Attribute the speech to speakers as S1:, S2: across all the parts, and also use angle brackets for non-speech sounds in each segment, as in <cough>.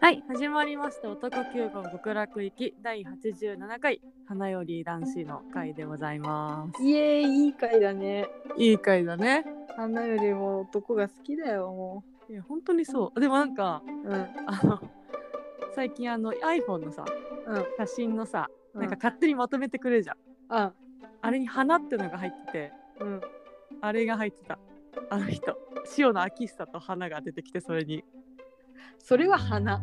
S1: はい、始まりました。男九号極楽行き第87回花より男子の回でございます。
S2: イエーイいい回だね。
S1: いい回だね。
S2: 花よりも男が好きだよ、も
S1: いや本当にそう。でもなんか
S2: う。うん。うん。
S1: あの最近あの iPhone のさ写真のさ、なんか、勝手にまとめてくれるじゃん。
S2: あ、
S1: あれに花ってのが入ってて、
S2: うん。
S1: あれが入ってた。あの人、塩野明久と花が出てきてそれに、
S2: それは花。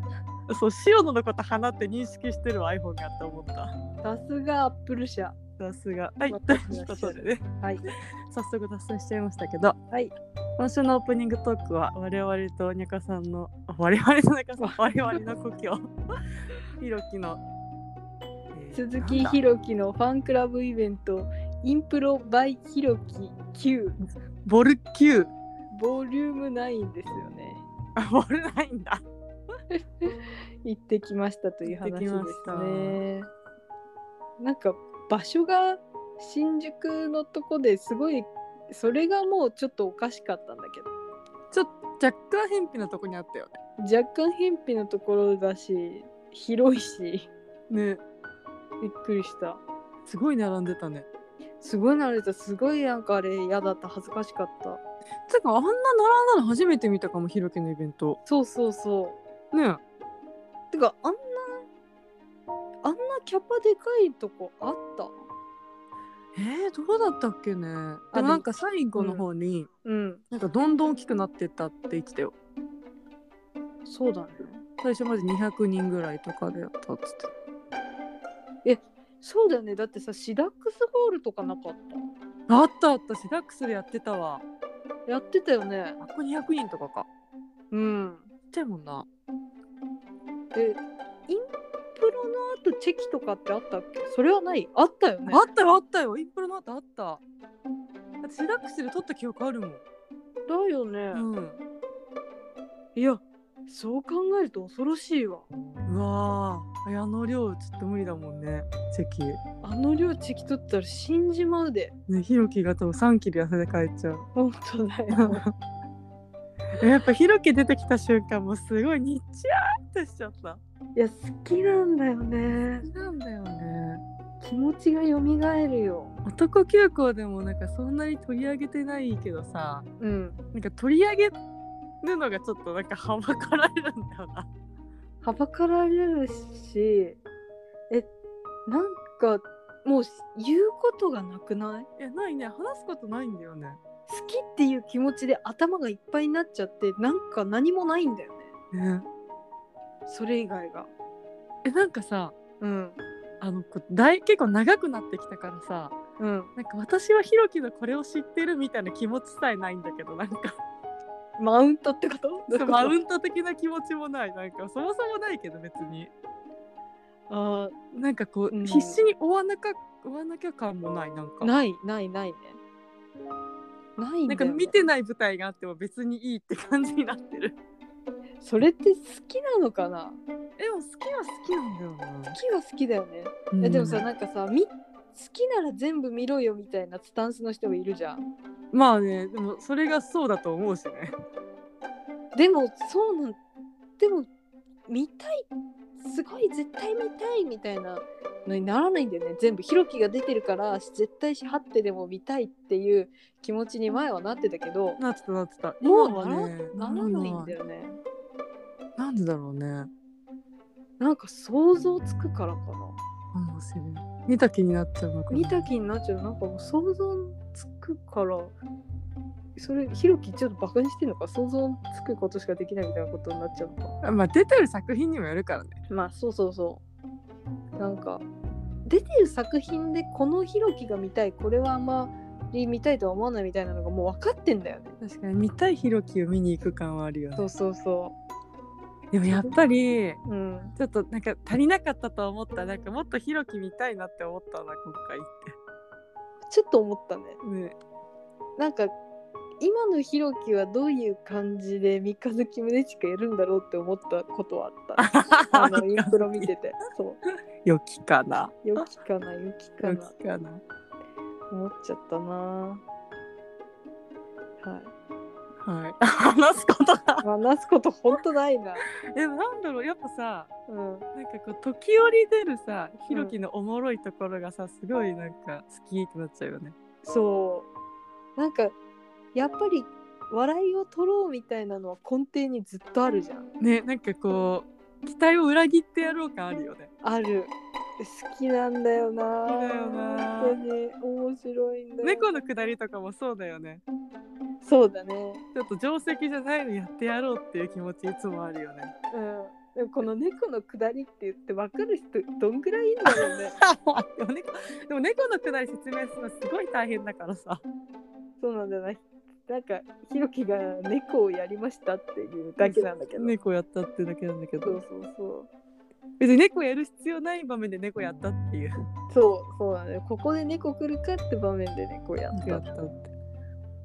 S1: そう塩野のこと花って認識してる iPhone がって思った。
S2: さすがアップル社。
S1: さすが。はい、とい
S2: 私
S1: う
S2: は
S1: ことでね。
S2: はい。
S1: 早速脱線しちゃいましたけど、
S2: はい、
S1: 今週のオープニングトークは我々とにゃかさんの <laughs> 我々とにゃかさ <laughs> ん我々の故郷 <laughs> ひろきの、 <laughs> えー
S2: 鈴木
S1: なん
S2: ひ
S1: だ
S2: ろきのファンクラブイベント、インプロバイひろき Q、
S1: ボルキュー
S2: ボリューム9ですよね。
S1: あボルないんだ
S2: 行ってきましたという話で
S1: 行ってきました
S2: すね。なんか場所が新宿のとこですごい、それがもうちょっとおかしかったんだけど。
S1: ちょっと若干偏僻なとこにあったよ
S2: 若干偏僻なところだし広いし
S1: ねね
S2: びっくりした
S1: すごい並んでたね
S2: すごい慣れたすごいなんかあれ嫌だった恥ずかしかった
S1: てかあんな並んだの初めて見たかもひろきのイベント
S2: そうそうそ
S1: ね
S2: うてかあんなあんなキャパでかいとこあった
S1: えー、どうだったっけねで
S2: で
S1: も
S2: も
S1: なんか最後の方に、
S2: うん
S1: なんかどんどん大きくなってったって言ってたよ
S2: そうだね
S1: 最初まで200人ぐらいとかでやったっつって
S2: そうだよねだってさシダックスホールとかなかっ
S1: あったあったシダックスでやってたわ
S2: たやってたよね
S1: あここ200人とかか
S2: うん
S1: ちっちゃいもんな
S2: えインプロの後チェキとかってあったっけそれはないあったよね
S1: あったよあったよインプロの後あっただってシダックスで撮った記憶あるもん
S2: だよね、
S1: うん
S2: いやそう考えると恐ろしいわ
S1: うわーあの量ちょっと無理だもんね席
S2: あの量チェキ取ったら死んじまうで。
S1: ねひろきが多分3キロ痩せて帰っちゃう
S2: 本当だよ。
S1: やっぱひろき出てきた瞬間もうすごいにっちゃーってしちゃった
S2: <laughs> いや、好きなんだよね。
S1: なんだよね
S2: 気持ちが蘇るよ。
S1: 男急行でもなんかそんなに取り上げてないけどさ
S2: うん。
S1: なんか取り上げるのがちょっとなんかはばかられるんだよな
S2: はばかられるし、え、なんか、もう言うことがなくない
S1: いやないね話すことないんだよね
S2: 好きっていう気持ちで頭がいっぱいになっちゃって、なんか何もないんだよね。
S1: ね
S2: それ以外が。
S1: えなんかさ
S2: うん。
S1: あのこうだい結構長くなってきたからさ
S2: うん。
S1: なんか私はひろきのこれを知ってるみたいな気持ちさえないんだけどなん
S2: <laughs>
S1: か
S2: マウントってこと
S1: そうマウ
S2: ン
S1: ント的な気持ちもないなんかそもそもないけど別に
S2: あ
S1: なんかこう、
S2: うん
S1: 必死に追わなきゃ追わなきゃ感もないなん
S2: あ、
S1: か
S2: ない、ない、ないね。ないんだ
S1: なん
S2: よ、ね。
S1: か見てない舞台があっても別にいいって感じになっ
S2: <laughs>
S1: てる
S2: それって好きなのかな
S1: でも好きは好きなんだよな
S2: 好きは好きだよね、えでもさなんかさみ好きなら全部見ろよみたいなスタンスの人もいるじゃん
S1: まあねでもそれがそうだと思うしね
S2: でもそうなんでも見たいすごい絶対見たいみたいなのにならないんだよね全部ひろきが出てるから絶対しはってでも見たいっていう気持ちに前はなってたけど
S1: なってたなってた
S2: もう
S1: 今はね
S2: ならないんだよね
S1: なんでだろうね
S2: なんか想像つくからか
S1: 面白い見た気になっちゃうのか
S2: な
S1: な
S2: 見た気になっちゃうなんかもう想像つくからそれひろきちょっとバカにしてんのか想像つくことしかできないみたいなことになっちゃうのか
S1: あまあ出てる作品にもよるからね
S2: まあそうそうそうなんか出てる作品でこのひろきが見たいこれはあんまり見たいとは思わないみたいなのがもう分かってんだよね
S1: 確かに見たいひろきを見に行く感はあるよね
S2: そうそうそ
S1: でもやっぱり
S2: ううん
S1: ちょっとなんか足りなかったと思ったなんかもっとひろき見たいなって思ったな今回行
S2: ちょっと思ったね
S1: って <laughs> ね
S2: なんか今のひろきはどういう感じで三日月宗近やるんだろうって思ったことはあ <laughs> ったあのインプロ見ててそう
S1: 良きかな
S2: 良きかな良きか
S1: 良
S2: な
S1: きかな
S2: 思っちゃったなは
S1: はい、話すことが
S2: 話すことほんとないな。
S1: でもなんだろうやっぱさ
S2: うん。
S1: なんかこう時折出るさひろきのおもろいところがさすごいなんか好きってなっちゃうよね。
S2: そう。なんか、やっぱり笑いを取ろうみたいなのは根底にずっとあるじゃん。
S1: ねなんかこう期待を裏切ってやろう感あるよね。
S2: ある。好きなんだよな。
S1: 好きだよな
S2: 本当に面白いんだよ。
S1: 猫のくだりとかもそうだよね。
S2: そうだね。
S1: ちょっと定石じゃないのやってやろうっていう気持ちいつもあ
S2: <laughs>
S1: るよね。。
S2: うん。でもこの猫の下りって言って分かる人どんぐらいいんだろうね
S1: でも猫でも猫のくだり説明するのすごい大変だからさ。
S2: そうなんじゃないなんかひろきが猫をやりましたっていうだけなんだけど。
S1: 猫やったってだけなんだけ
S2: そ
S1: ど
S2: うそうそう。
S1: 別に猫やる必要ない場面で猫やったっていう。
S2: そうそうだね。ここで猫来るかって場面で猫やっ
S1: 猫や
S2: た
S1: っ。たって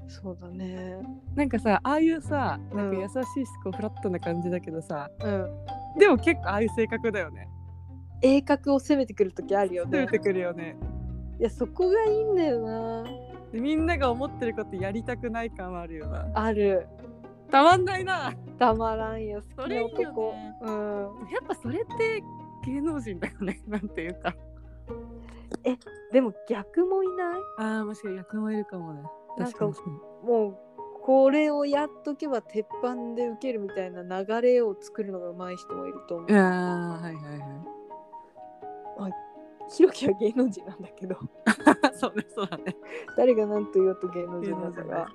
S2: そうだね。
S1: なんかさああいうさ
S2: うん
S1: なんか優しいしこうフラットな感じだけどさ、
S2: うん。
S1: でも結構ああいう性格だよね。
S2: 鋭角を攻めてくる時あるよ
S1: 出
S2: ね。
S1: てくるよね。
S2: いやそこがいいんだよな。
S1: でみんなが思ってることやりたくない感はあるよな。
S2: ある。
S1: たまんないな。
S2: たまらんよ。好きな
S1: それいいよね
S2: 男。うん。
S1: やっぱそれって芸能人だよね <laughs> なんていうか。
S2: でも逆もいない
S1: ああ、もしか役もいるかもね。
S2: なん
S1: 確
S2: か
S1: かに。
S2: もうこれをやっとけば鉄板で受けるみたいな流れを作るのが上手い人もいると思う。
S1: ああ、はいはいは
S2: ひろきは芸能人なんだけど
S1: い。 <laughs> そうね、そうだね。
S2: 誰が何と言おうと芸能人なんだが。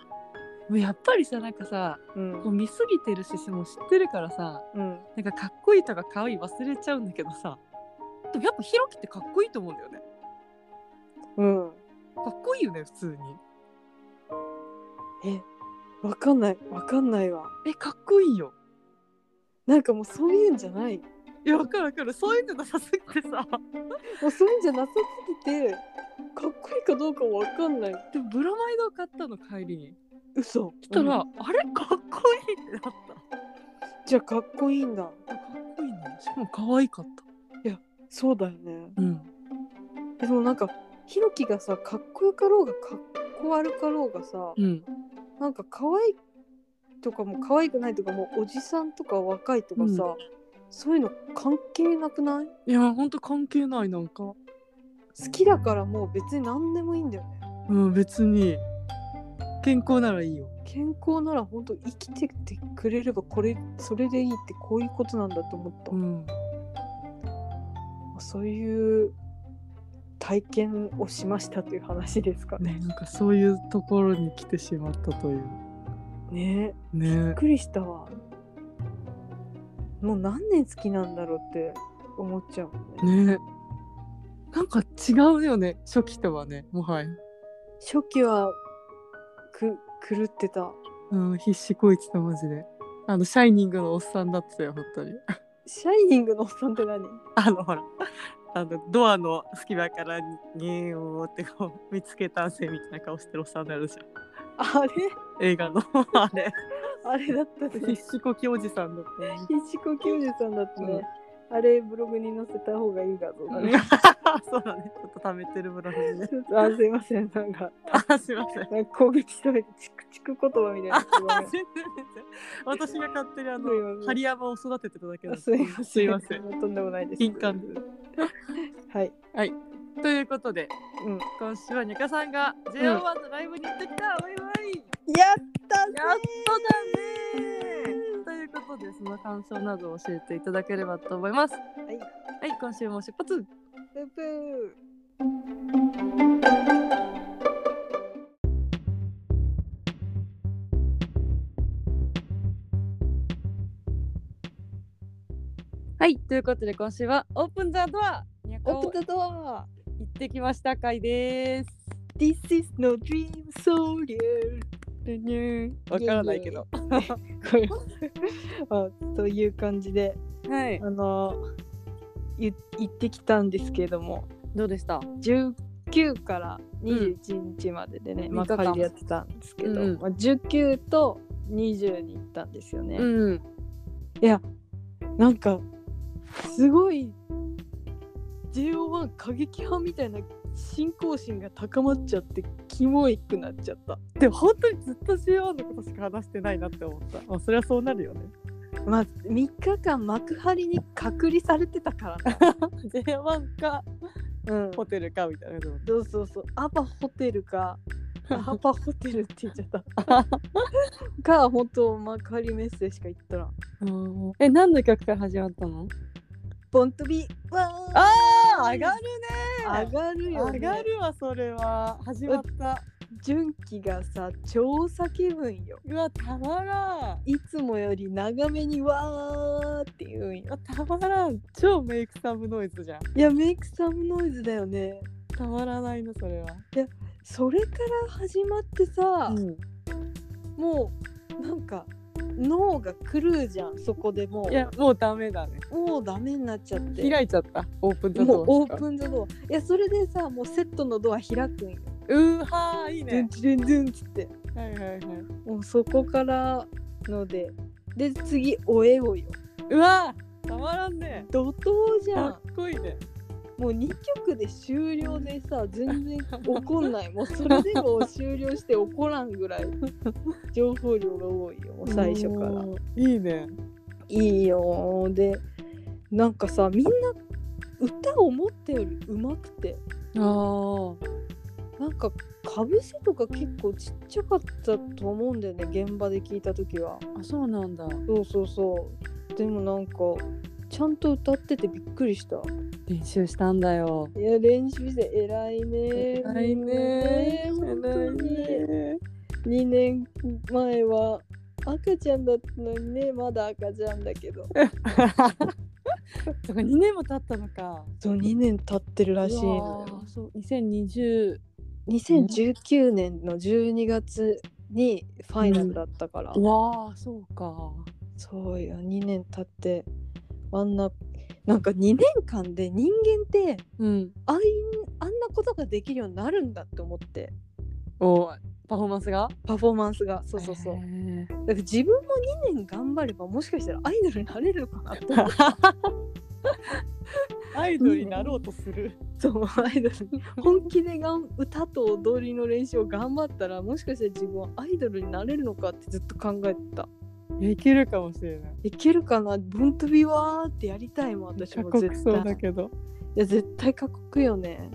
S1: もうやっぱりさ、なんかさ、
S2: うん
S1: もう見すぎてるし、もう知ってるからさ、
S2: うん、
S1: なんかかっこいいとか可愛い忘れちゃうんだけどさ。でもやっぱヒロキってかっこいいと思うんだよね。
S2: うん、
S1: かっこいいよね、普通に。
S2: えわかんないわかんないわ
S1: え、かっこいいよ。
S2: なんかもうそういうんじゃない
S1: いや、わかるわかる。そういうのなさすぎてさ。
S2: もうそういうんじゃなさすぎてかっこいいかどうかもわかんない
S1: <laughs> でもブロマイドを買ったの、帰りに。
S2: 嘘
S1: 来たら、
S2: うん
S1: あれかっこいいってなった。
S2: じゃあかっこいいんだ
S1: かっこいいね。しかも可愛かった。
S2: そうだよね
S1: うん。
S2: でもなんかひろきがさかっこよかろうがかっこ悪かろうがさ、
S1: うん。
S2: なんか可愛いとかも可愛くないとかもうおじさんとか若いとかさ、
S1: う
S2: そういうの関係なくない
S1: いや、ほんと関係ない、なんか。
S2: 好きだからもう別に何でもいいんだよね
S1: うん、別に。健康ならいいよ。
S2: 健康なら本当生きててくれればこれそれでいいってこういうことなんだと思った、
S1: ん。
S2: そういう体験をしましたという話ですか
S1: ね、
S2: ね
S1: なんかそういうところに来てしまったという。
S2: ねび
S1: ね
S2: っ。くりしたわもう何年好きなんだろうって思っちゃうもんね
S1: ね。なんか違うよね、初期とはね、もはや。
S2: 初期はく狂ってた
S1: うん、必死こいつだ、マジで。あの、シャイニングのおっさんだったよ、本当に。
S2: シャイニングのおっさんって何
S1: あの、ほら。あの、ドアの隙間から、ゲーをってこう、見つけたせみたいな顔してるおっさんになるじゃん。
S2: あれ
S1: 映画の、 <laughs> あれ。
S2: あれだったね。
S1: 必死こきおじさんだったよね。
S2: 一呼吸術さんだったね。あれブログに載せた方がいい画像だね。
S1: そうだね、ちょっと溜めてるブログにね。
S2: ちょっ <laughs> とあすいませんなんか
S1: あ、すいません。
S2: なんか攻撃しといてチクチク言葉みたいな。
S1: <laughs> あ、全然全然。私が勝手にあの
S2: すいません、
S1: 針山を育ててただけだ。
S2: すいません。
S1: すいません。
S2: ん。とんでもないです。
S1: 敏感で
S2: <laughs> はい。
S1: ということで、
S2: うん。や
S1: 今週はニカさんが JO1 のライブに行ってきた、わいわい
S2: ったぜ
S1: やっとだねということで、その感想などを教えていただければと思います。はいい、はい、今週も出発
S2: ー。プープ
S1: はい、ということで今週はオープンザドアニャ
S2: ー。
S1: コ
S2: オープンドア。
S1: 行ってきました回です。
S2: This is no dream so real. <laughs>
S1: わからないけど。
S2: これあという感じで。
S1: はい。
S2: あのゆ行ってきたんですけれども
S1: どうでした
S2: 19から21日まででね、
S1: うん
S2: まあ、
S1: 三日間
S2: 仮でやってたんですけど、
S1: うんうん
S2: まあ、19と20に行ったんですよね。
S1: うん。
S2: いやなんかすごい JO1 過激派みたいな信仰心が高まっちゃって昨キモいくなっちゃった
S1: でも本当にずっと J1 のことしか話してないなって思った。まあ、それはそうなるよね。
S2: まあ3日間幕張に隔離されてたからな
S1: J1 か
S2: <laughs> うん
S1: ホテルかみたいなこと思っ
S2: そうそうそうアパホテル <laughs> かアパホテルって言っちゃった <laughs>
S1: た。
S2: が本当幕張メッセしか行ったらん
S1: え、何の曲から始まったの
S2: ボントビわー
S1: ああ上がる
S2: 上がる
S1: ね
S2: よ、ね、
S1: 上がるわ、それは。始まった。
S2: 純喜がさ超叫ぶんよ
S1: うわ、たまらん。
S2: いつもより長めにわーって言うん
S1: う
S2: よ
S1: わたまらん。超メイクサムノイズじゃん。
S2: いやメイクサムノイズだよね
S1: たまらないの、それは。
S2: それから始まってさ、
S1: うん
S2: もうなんか脳が狂うじゃんそこでも
S1: いや、もうダメだね。
S2: うもうダメになっちゃって
S1: 開いちゃった。オープンザ
S2: も
S1: ド
S2: う
S1: ア
S2: オープンザドアいやそれでさもうセットのドア開くんよ
S1: うーはー、いい
S2: ドゥン
S1: ね。
S2: チュルンドゥンっつって
S1: はいはいはい。
S2: もうそこからのでで次おえおよ
S1: うわたまらんね。
S2: 怒涛じゃ
S1: か
S2: ん
S1: っこいいね。
S2: もう2曲で終了でさ全然怒んない
S1: <laughs>
S2: もうそれでも終了して怒らんぐらい情報量が多いよもう最初から
S1: おー。いいね。
S2: いいよーでなんかさみんな歌思ったより上手くて
S1: ああ。
S2: なんかかぶせとか結構ちっちゃかったと思うんだよね現場で聞いた時は
S1: あ、そうなんだ。
S2: そうそうそうでもなんかちゃんと歌っててびっくりした
S1: 練習したんだよ。
S2: いや練習して偉いね
S1: 偉いね。
S2: 本当に
S1: <laughs> ね。
S2: 2年前は赤ちゃんだったのにねまだ赤ちゃんだけど
S1: とか二年も経ったのか。
S2: そう2年経ってるらしいの
S1: うわ
S2: よ
S1: ーそう、二千二十。
S2: 2019年の12月にファイナルだったから、
S1: わあ、そうか。
S2: そうよ2年経ってあんななんか2年間で人間って
S1: うん。
S2: あいあんなことができるようになるんだって思って
S1: おー、パフォーマンスが。
S2: パフォーマンスがそうそうそう、だ
S1: へ
S2: から自分も2年頑張ればもしかしたらアイドルになれるのかなって
S1: <laughs>
S2: 思って
S1: ー。アイドルになろうとする。
S2: そうアイドルに本気でがん歌と踊りの練習を頑張ったらもしかしたら自分はアイドルになれるのかってずっと考えてた
S1: いやいけるかもしれない。
S2: いけるかなボントビワーってやりたいもん私
S1: 過
S2: も
S1: 酷
S2: 絶
S1: そうだ
S2: 対
S1: けど。
S2: いや絶対過酷よね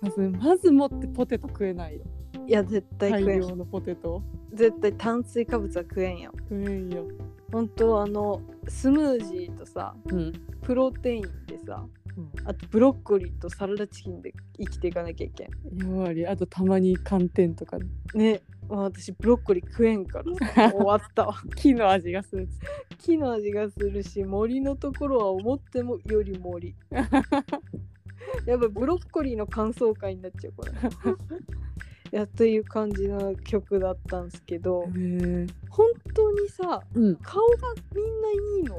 S1: まず、まず持ってポテト食えないよ。
S2: いや絶対
S1: 大
S2: 食えん
S1: 量のポテト。
S2: 絶対炭水化物は食えんよ
S1: 食えんよ。
S2: 本当あのスムージーとさ
S1: うん。
S2: プロテインでさ、
S1: うん
S2: あとブロッコリーとサラダチキンで生きていかなきゃいけん
S1: 4割あとたまに寒天とか、ね、
S2: ね、まあ、私ブロッコリー食えんから <laughs> 終わったわ
S1: 木の味がする
S2: 木の味がするし森のところは思ってもより <laughs> 森やっぱブロッコリーの感想会になっちゃう <laughs> これいやという感じの曲だったんですけど
S1: へ
S2: 本当にさ
S1: うん
S2: 顔がみんないいの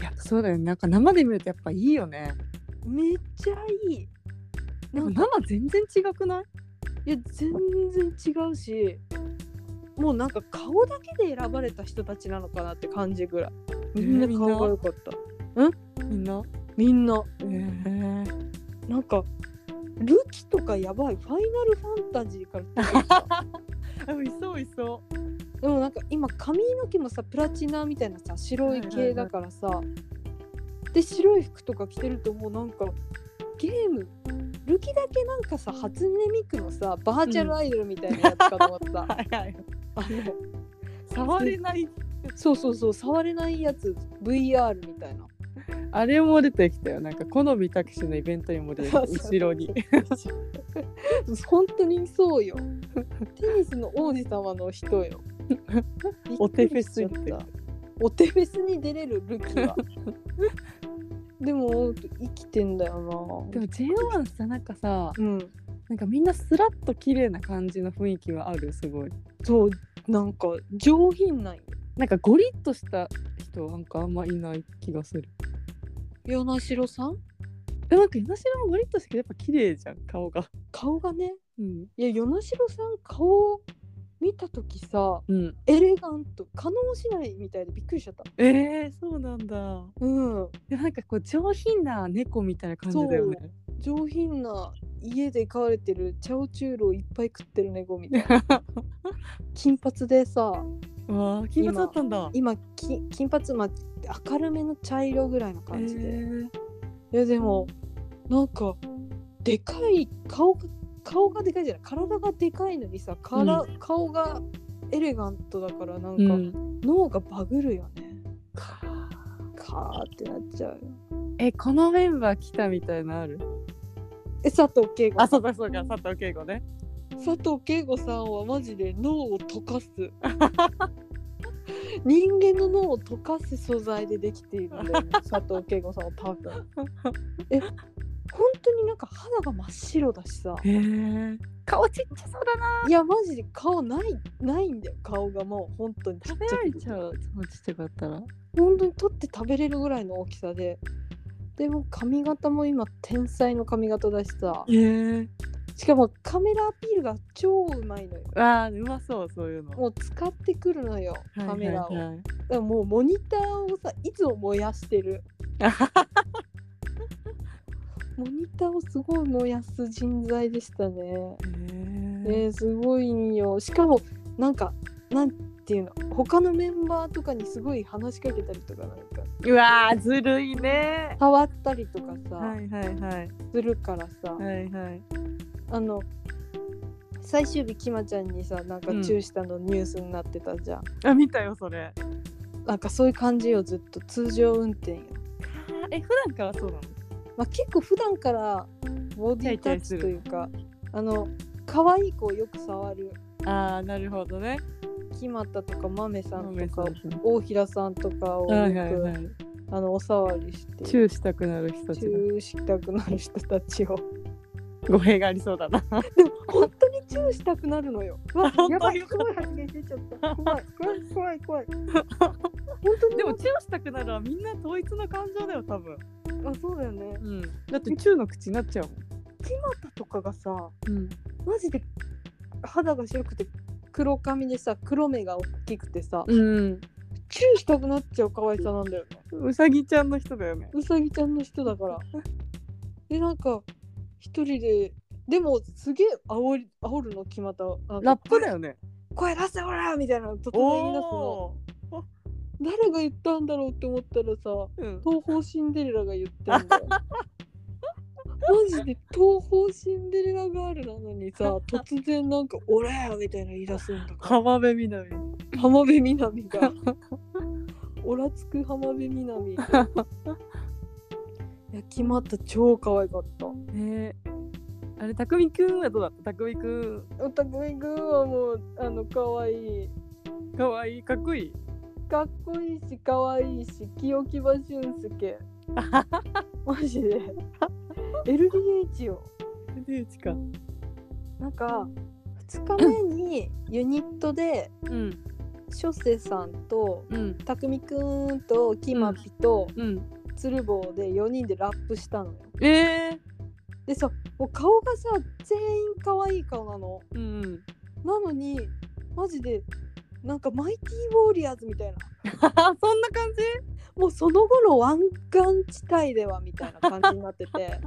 S1: いやそうだよねなんか生で見るとやっぱいいよね
S2: めっちゃいい
S1: で
S2: な
S1: も
S2: ん
S1: 生
S2: か
S1: 全然違くない
S2: いや全然違うしもうなんか顔だけで選ばれた人たちなのかなって感じぐらいみんな顔が良かった
S1: みんな
S2: みんな
S1: へえ
S2: なんかルキとかやばいファイナルファンタジーから出てきた
S1: いそういそ
S2: でもなんか今髪の毛もさプラチナみたいなさ白い系だからさ、で白い服とか着てるともうなんかゲームルキだけなんかさ初音ミクのさバーチャルアイドルみたいなやつかと思った、
S1: うはいはい
S2: あの
S1: 触れない
S2: そうそうそう触れないやつ VR みたいな
S1: あれも出てきたよなんか好みタクシーのイベントにも出てき
S2: そ
S1: た
S2: うそう
S1: 後ろに
S2: 本当にそうよテニスの王子様の人よ
S1: <laughs> お手フェス
S2: び
S1: 行
S2: っ
S1: っ
S2: くりしち
S1: て
S2: ゃったお手フェスに出れるルキはでも生きてんだよ
S1: で
S2: な
S1: も J1 さなんかさ
S2: うん
S1: なんかみんなスラッと綺麗な感じの雰囲気はあるすごい
S2: そうなんか上品なんよ
S1: なんかゴリッとした人はなんかあんまいない気がする
S2: 与那城さん
S1: でもなんか江ノ島も割としてやっぱ綺麗じゃん顔が。
S2: 顔がね
S1: うん。
S2: いや与那城さん顔見た時さ
S1: うん、
S2: エレガント可能しないみたいでびっくりしちゃった
S1: ええそうなんだ。
S2: うん
S1: でなんかこう上品な猫みたいな感じだよね。
S2: 上品な家で飼われてるチャオチュールをいっぱい食ってる猫みたいな金髪でさ
S1: うわー金髪だったんだ
S2: 今き金髪、まあ、明るめの茶色ぐらいの感じで、
S1: えー
S2: いやでもなんかでかい顔が顔がでかいじゃない体がでかいのにさから、顔がエレガントだからなんか、
S1: うん、
S2: 脳がバグるよねカーってなっちゃうよ
S1: えこのメンバー来たみたいなのある
S2: え佐藤圭吾
S1: あそうかそうか佐藤敬吾ね
S2: 佐藤圭吾さんはマジで脳を溶かす <laughs> 人間の脳を溶かす素材でできているんだよね、
S1: <laughs>
S2: 佐藤圭吾さんは多分え本当になんか肌が真っ白だしさ
S1: へえ顔ちっちゃそうだない
S2: やマジで顔ないないんだよ顔がもう本当にちっ
S1: 食べ
S2: ちゃ
S1: ら
S2: く
S1: れ
S2: て
S1: ちゃうもうちっちゃかったら
S2: 本当に取って食べれるぐらいの大きさででも髪型も今天才の髪型だしさ
S1: へえ
S2: しかもカメラアピールが超うまいのよ
S1: わあうまそうそういうの
S2: もう使ってくるのよカメラを、
S1: はいはいはい
S2: だからもうモニターをさいつも燃やして
S1: <laughs>
S2: るモニターをすごい燃やす人材でしたね
S1: へえ
S2: ねすごいんよしかもなんかなんていうの他のメンバーとかにすごい話しかけたりとかなんか
S1: うわーずるいね
S2: 触ったりとかさ、
S1: はいはいはい
S2: するからさ、
S1: はいはい
S2: あの最終日きまちゃんにさなんか
S1: うん
S2: チューしたのニュースになってたじゃん、
S1: あ見たよそれ
S2: なんかそういう感じよずっと通常運転よ、
S1: え普段からそうなの
S2: まあ、結構普段からボディタッチというかあの可愛い子をよく触る
S1: あーなるほどね
S2: きまたとかまめさんとか
S1: 豆さんと
S2: 大平さんとかをよく、
S1: はいはいはい
S2: あのお触りして
S1: チューしたくなる人たちだ
S2: 中したくなる人たちを
S1: 語弊がありそうだな
S2: でも本当にチューしたくなるのよ。わ
S1: <laughs> 本当
S2: やばい
S1: よかった
S2: 怖い発言出ちゃった。怖い怖い怖い怖い。本当に
S1: でもチューしたくなるはみんな統一な感情だよ多分
S2: あそうだよね。
S1: うんだってチューの口になっちゃうも
S2: ちまたとかがさ
S1: んうん
S2: マジで肌が白くて黒髪でさ黒目が大きくてさ、
S1: うん
S2: チューしたくなっちゃう可愛さなんだよね。
S1: うさぎちゃんの人だよね
S2: うさぎちゃんの人だ
S1: <laughs>
S2: から。でなんか一人ででもすげえ煽り煽るの決まった
S1: ラップだよね
S2: 声出せほらみたいなの突然言い出すの。
S1: おお
S2: 誰が言ったんだろうって思ったらさ
S1: ーうん
S2: 東方シンデレラが言
S1: <laughs>
S2: ってんだよマジで東方シンデレラガールなのにさ突然なんか「俺!」みたいな言い出すんだか
S1: 浜辺美波
S2: ら浜辺美波 <laughs> が「オラつく浜辺美波」いや決まった超可愛かった
S1: ねえあれ、たくみくんはどうだったたくみくん、
S2: おたくみくんはもうあの可愛い
S1: かわいい、かっこいい。
S2: かっこいいし可愛いし清木場俊 <laughs> 介マジで LDH よ
S1: で、ちか。
S2: なんか2日目にユニットで
S1: うん、
S2: 諸瀬さんと
S1: うん、
S2: たくみくんときまぴと
S1: うん。
S2: つるぼうで4人でラップしたのよ。
S1: ええ
S2: でさもう顔がさ全員可愛い顔なの。
S1: うん、うん。
S2: なのにマジでなんかマイティーウォーリアーズみたいな
S1: <laughs> そんな感じ。
S2: もうその後の湾岸地帯ではみたいな感じになって
S1: <laughs>
S2: て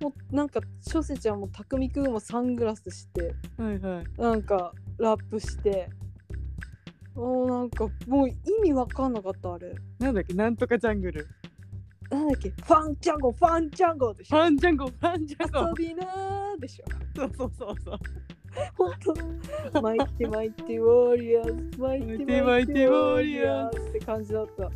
S2: もうなんか諸瀬ちゃんもたくみくんもサングラスして
S1: はい、はい。
S2: なんかラップしてもうなんかもう意味わかんなかったあれ
S1: なんだっけ、なんとかジャングル。
S2: なんだっけファンジャンゴファンジャンゴでし
S1: フ
S2: ょ
S1: ァンジャンゴ、ファンジャンゴ
S2: 遊。びなーでしょ
S1: そうそうそうそう。
S2: 本当マイティマイティウォーリアーズマイティマイティウォーリアーズって感じだ <laughs> った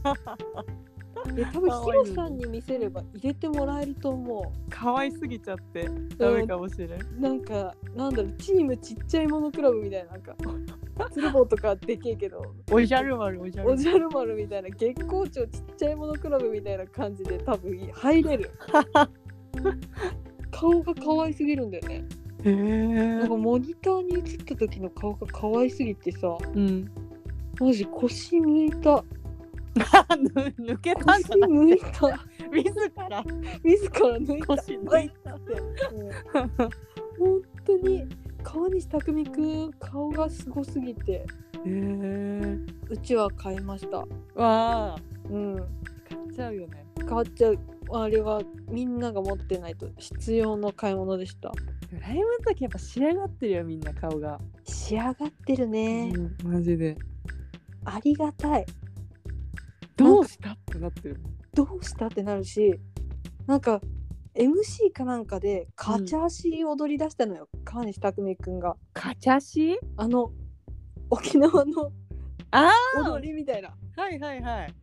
S2: え多分ヒロさんに見せれば入れてもらえると思
S1: 可愛すぎちゃって、ダメかもしれない。
S2: うなんかなんだろうチームちっちゃいものクラブみたいな <laughs> なんか鶴坊とかでけえけど
S1: おじゃる丸、おじゃ
S2: お
S1: る
S2: じゃる丸みたいな月光町ちっちゃいものクラブみたいな感じで多分入れる <laughs> 顔が可愛すぎるんだよね
S1: 丸。へ
S2: なん
S1: <laughs>
S2: かモニターに映った時の顔が可愛すぎてさ
S1: うん。
S2: マジ腰抜いた
S1: 抜けたん
S2: 腰
S1: じゃない。
S2: 抜い <laughs> た
S1: 自ら。
S2: 自ら抜いた
S1: 腰抜い
S2: たってもう本当に川西匠くん顔がすごすぎて
S1: へえ。
S2: うちは買いました
S1: わあ。
S2: うん
S1: 買っちゃうよね。
S2: 買っちゃうあれはみんなが持ってないと必要の買い物でした
S1: ライブの時やっぱ仕上がってるよみんな顔が、
S2: 仕上がってるね、
S1: うんマジで
S2: ありがたい
S1: どうしたってなってる
S2: どうしたってなるしなんか MC かなんかでカチャーシー踊り出したのよ、川西匠くんが
S1: カチャシ
S2: あの沖縄の
S1: あ
S2: 踊りみたいな
S1: はいはいはい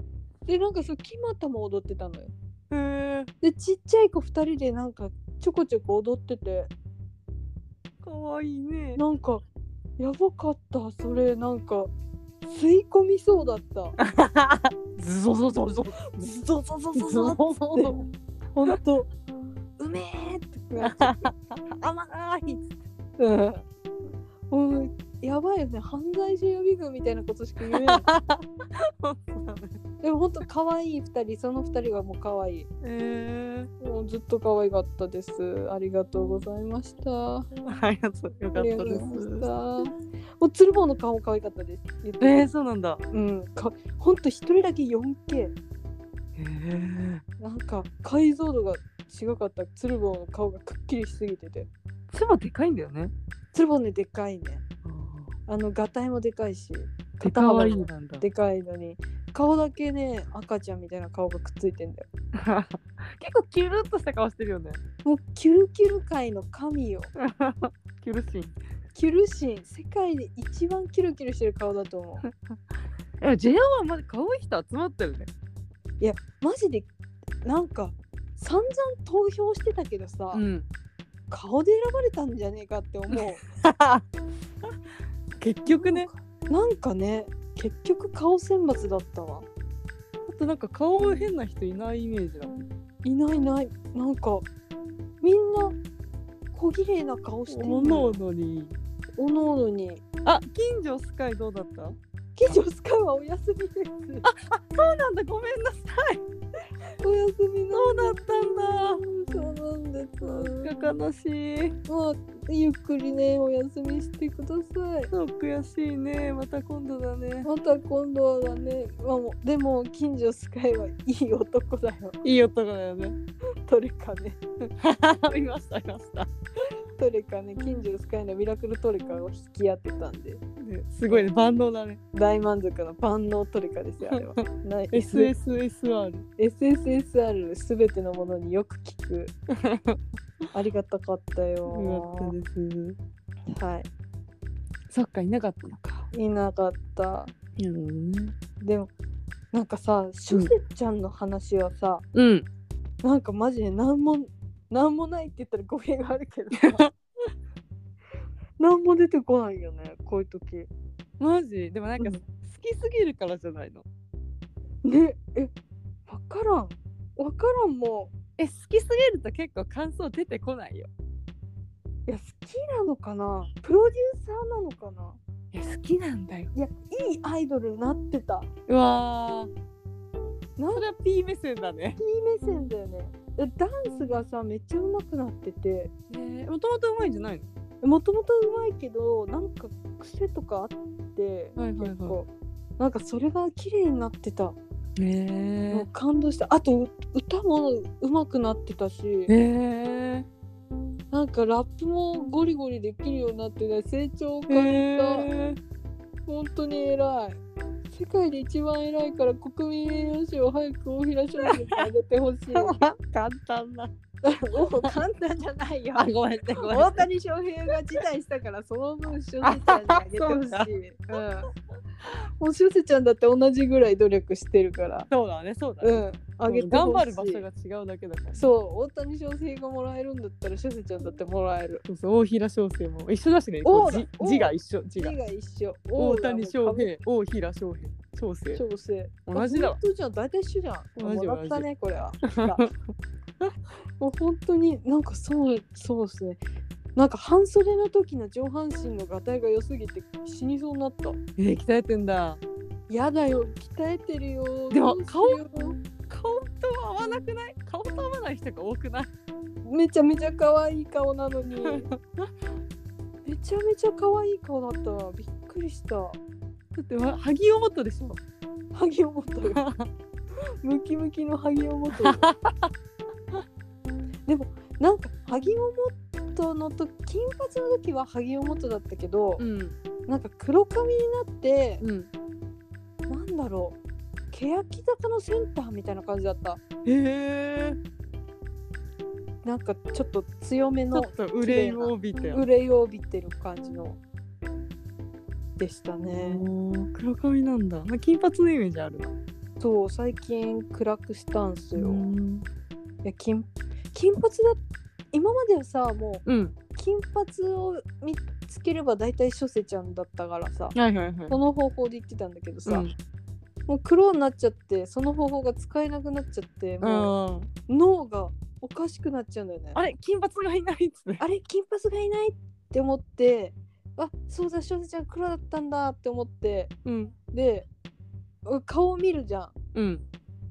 S2: でなんかそう木又も踊ってたのよ
S1: へえ
S2: でちっちゃい子2人でなんかちょこちょこ踊ってて
S1: かわいいね
S2: なんかやばかったそれなんか吸い込みそうだった
S1: <laughs> ズゾゾゾ
S2: ゾゾ
S1: ゾ
S2: ゾゾ
S1: ズゾ
S2: ゾ
S1: ゾゾ
S2: ほんとうめえってなっ
S1: <laughs>
S2: ちゃった
S1: 甘い
S2: うんもうやばいよね犯罪者予備軍みたいなことしか言えない
S1: <laughs>
S2: でもほんと可愛い2人その2人がもう可愛い
S1: え
S2: もうずっと可愛かったですありがとうございました
S1: ありがとうよか
S2: あ
S1: っ
S2: りが
S1: た
S2: とうござい
S1: です
S2: ました。もう鶴房の顔も可愛かったです。言って
S1: えー、そうなんだ
S2: うん、か、本当一人だけ 4K。
S1: へえ
S2: なんか解像度が違かった。鶴房の顔がくっきりしすぎてて。
S1: 妻でかいんだよね
S2: 鶴房ね、でかいね。あの、がたいもでかいし。
S1: 手
S2: 肩
S1: かわ
S2: 幅
S1: いい
S2: も
S1: なんだ
S2: でかいのに。顔だけね、赤ちゃんみたいな顔がくっついてんだよ。
S1: 結構キュルッとした顔してるよね
S2: もうキュルキュル界の神よ。
S1: キュルシーン
S2: キュル神、世界で一番キュルキュルしてる顔だと思う。
S1: え JO1 まで可愛い人集まったよね
S2: マジでなんか散々投票してたけどさ、
S1: ん
S2: 顔で選ばれたんじゃねえかって <laughs> 思
S1: 結局ね
S2: うなんかね結局顔選抜だったわ
S1: あとなんか顔変な人いないイメージだもん
S2: いないいないなんかみんな小綺麗な顔して
S1: おのおのに
S2: おのおのに
S1: あ近所スカイどうだったそ
S2: 「近所スカイ <laughs> はお休みです」
S1: うなんだごめんなさい
S2: お休みな
S1: そうだったんだ
S2: んですそうなんです
S1: 悲しい
S2: まあゆっくりねお休みしてください
S1: そう悔しいねまた今度だね
S2: また今度はだね、まあ、もうでも近所スカイはいい男だよ
S1: いい男だよ <laughs> ね
S2: トレカね
S1: 見ました見ました
S2: トレカね近所スカイのミラクルトレカを引き当てたんです
S1: ごいね万能だね
S2: 大満足の万能トレカですよあれ <laughs> はな S-
S1: SSSR
S2: SSSR すべてのものによく聞 <laughs> くありがたかったよ
S1: です
S2: は
S1: そっかいなかったのか
S2: いいなかった
S1: うん
S2: でもなんかさシュセちゃんの話はさ、
S1: うん
S2: なんかマジで何も何もないって言ったら語弊があるけど <laughs> さ何も出てこないよねこういう時
S1: マジでもなんか
S2: うん
S1: 好きすぎるからじゃないの
S2: ねえ分からん分からんも
S1: え好きすぎると結構感想出てこないよ
S2: ういや好きなのかなプロデューサーなのかない
S1: や好きなんだよ
S2: いやいいアイドルになってた
S1: うわー
S2: なん
S1: それは P 目線だね
S2: P 目線だよねえダンスがさめっちゃ上手くなってて
S1: もともとうまいんじゃない
S2: もともと上手いけどなんか癖とかあって、
S1: はいはいはい
S2: 結構なんかそれが綺麗になってた
S1: のへ
S2: もう感動したあとう歌も上手くなってたし
S1: ええ
S2: なんかラップもゴリゴリできるようになってね成長を感じた、
S1: え
S2: 本当に偉い世界で一番偉いから国民栄養士を早く大平少年にあげてほしいも
S1: <laughs> 簡単な
S2: う簡単じゃないよ
S1: あごめんねごめん
S2: 大谷翔平が辞退したからその分しゅせちゃんにあげてほしい、うん、もうしゅせちゃんだって同じぐらい努力してるから
S1: そうだねそうだ
S2: う
S1: ね、
S2: んあげてほしい
S1: 頑張る場所が違うだけだから
S2: そう、大谷翔平がもらえるんだったら、シュセちゃんだってもらえる。
S1: そうそう大平小生も一緒だしね
S2: 王
S1: こう
S2: だ
S1: 字
S2: 王
S1: 字が一緒字
S2: 字
S1: が
S2: が一緒。
S1: 大谷翔平大平翔平小生
S2: 翔平。
S1: 同じだわ
S2: 本当じゃん、大体一緒じゃん。
S1: 同じ
S2: もらったね、これ
S1: <laughs>
S2: は。もう本当になんかそう、そうですね。なんか半袖の時の上半身のがたいが良すぎて死にそうになった。
S1: えー、鍛えてんだ
S2: やだよ、鍛えてるよ。
S1: で
S2: ど
S1: も
S2: うしよう
S1: 顔と合わなくない顔と合わない人が多くない
S2: めちゃめちゃ可愛い顔な
S1: <laughs>
S2: のに。めちゃめちゃ可愛い顔だったわ。びっくりした。
S1: だってわ萩尾元でしょ <laughs>
S2: ハギを持っとる。ムキムキのハギを持っとる。なんか萩尾元のと金髪の時は萩尾元だったけど、
S1: うん
S2: なんか黒髪になって、
S1: うん
S2: なんだろう欅坂のセンターみたいな感じだった
S1: へえー、
S2: なんかちょっと強め
S1: ちょ
S2: の
S1: っと憂いを帯びて
S2: 憂いを帯びてる感じのでしたね、
S1: ね黒髪なんだ、まあ、金髪のイメージあるな
S2: そう最近暗くしたんすよ、
S1: うん
S2: いや金金髪だ今まではさも
S1: うん
S2: う金髪を見つければ大体初世ちゃんだったからさ
S1: はいはいはい
S2: その方法で言ってたんだけどさ、
S1: うん
S2: もう黒になっちゃってその方法が使えなくなっちゃってもう
S1: あ
S2: 脳がおかしくなっちゃうんだよね
S1: あれ金髪がいないっつって
S2: あれ金髪がいないって思ってあそうだ小瀬ちゃん黒だったんだって思って
S1: うん
S2: でう顔を見るじゃん
S1: うん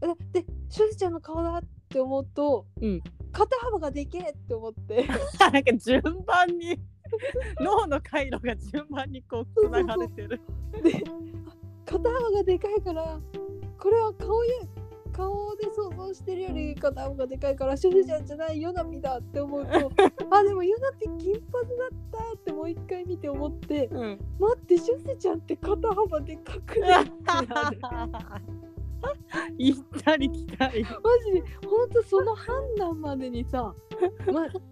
S2: あで小瀬ちゃんの顔だって思うと、
S1: うん
S2: 肩幅がでけえって思って
S1: なんか順番に <laughs> 脳の回路が順番にこうつながれてる
S2: であ肩幅がでかいからこれは顔や顔で想像してるより肩幅がでかいからシュシュちゃんじゃないヨナピだって思う
S1: <laughs>
S2: とあでもヨナピ金髪だったってもう一回見て思って
S1: うん
S2: 待ってシュシュちゃんって肩幅でかくない
S1: <laughs> 行 <laughs> ったり来たり
S2: マジでほんとその判断までにさ、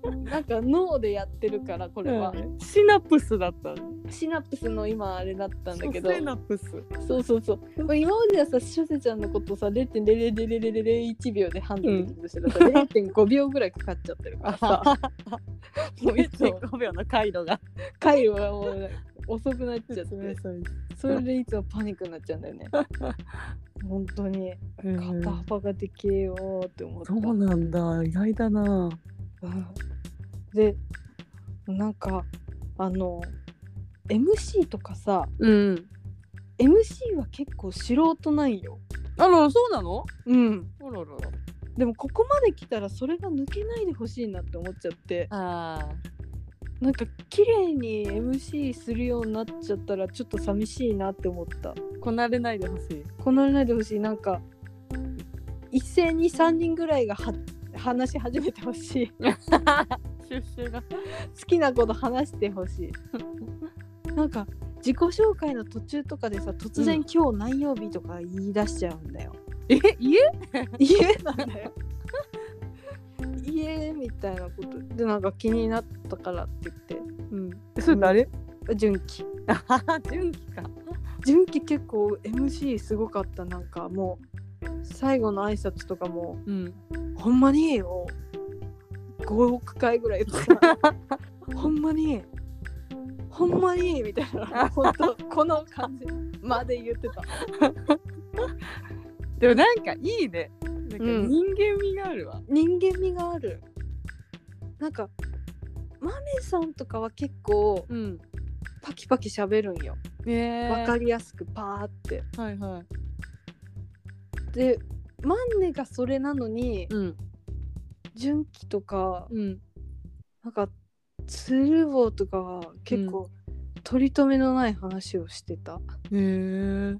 S2: ま、なんか脳でやってるからこれは、
S1: <laughs> シナプスだった
S2: シナプスの今あれだったんだけど
S1: シナプス
S2: そうそうそう。まあ今まではさ、しょせちゃんのことさ、0.0001秒で判断できるとしたらさ、0.5秒ぐらいかかっちゃってるからさ、もういつも
S1: 0.5秒の回路が
S2: 回路がもう遅くなっちゃって、
S1: そう
S2: それでいつもパニックになっちゃうんだよね。本当に、肩幅がでけえよーって思った。
S1: なんだ意外だな
S2: うんで、なんか、あの、MC とかさ、
S1: うん
S2: MC は結構素人なんよ。
S1: あらそうなの
S2: うん。
S1: あららら
S2: でもここまで来たらそれが抜けないでほしいなって思っちゃって
S1: あ
S2: なんか綺麗に MC するようになっちゃったらちょっと寂しいなって思った
S1: こなれないでほしい
S2: こなれないでほしいなんか一斉に3人ぐらいがは話し始めてほしい <laughs>
S1: <laughs> 収集が
S2: 好きなこと話してほしい <laughs> なんか自己紹介の途中とかでさ突然「今日何曜日」とか言い出しちゃうんだよ、
S1: え家
S2: 家なんだよ家みたいなことでなんか気になったからって言って
S1: うんそれ <laughs> 誰
S2: 純喜
S1: あ純喜か
S2: 純喜結構 MC すごかったなんかもう最後の挨拶とかも
S1: うん
S2: 「ほんまによ」5億回ぐらい言って <laughs> たほんまにほんまにみたい <laughs> な本当この感じまで言ってた
S1: でもなんかいいねなんか
S2: うん
S1: 人間味があるわ
S2: 人間味があるなんかマメさんとかは結構
S1: うん
S2: パキパキ喋るんよ
S1: ね
S2: わか
S1: る
S2: りやすくパーって
S1: はいはい
S2: でマンネがそれなのに
S1: うん
S2: 純喜とか
S1: うん
S2: なんか鶴房とかは結構取り留めのない話をしてた、
S1: へえ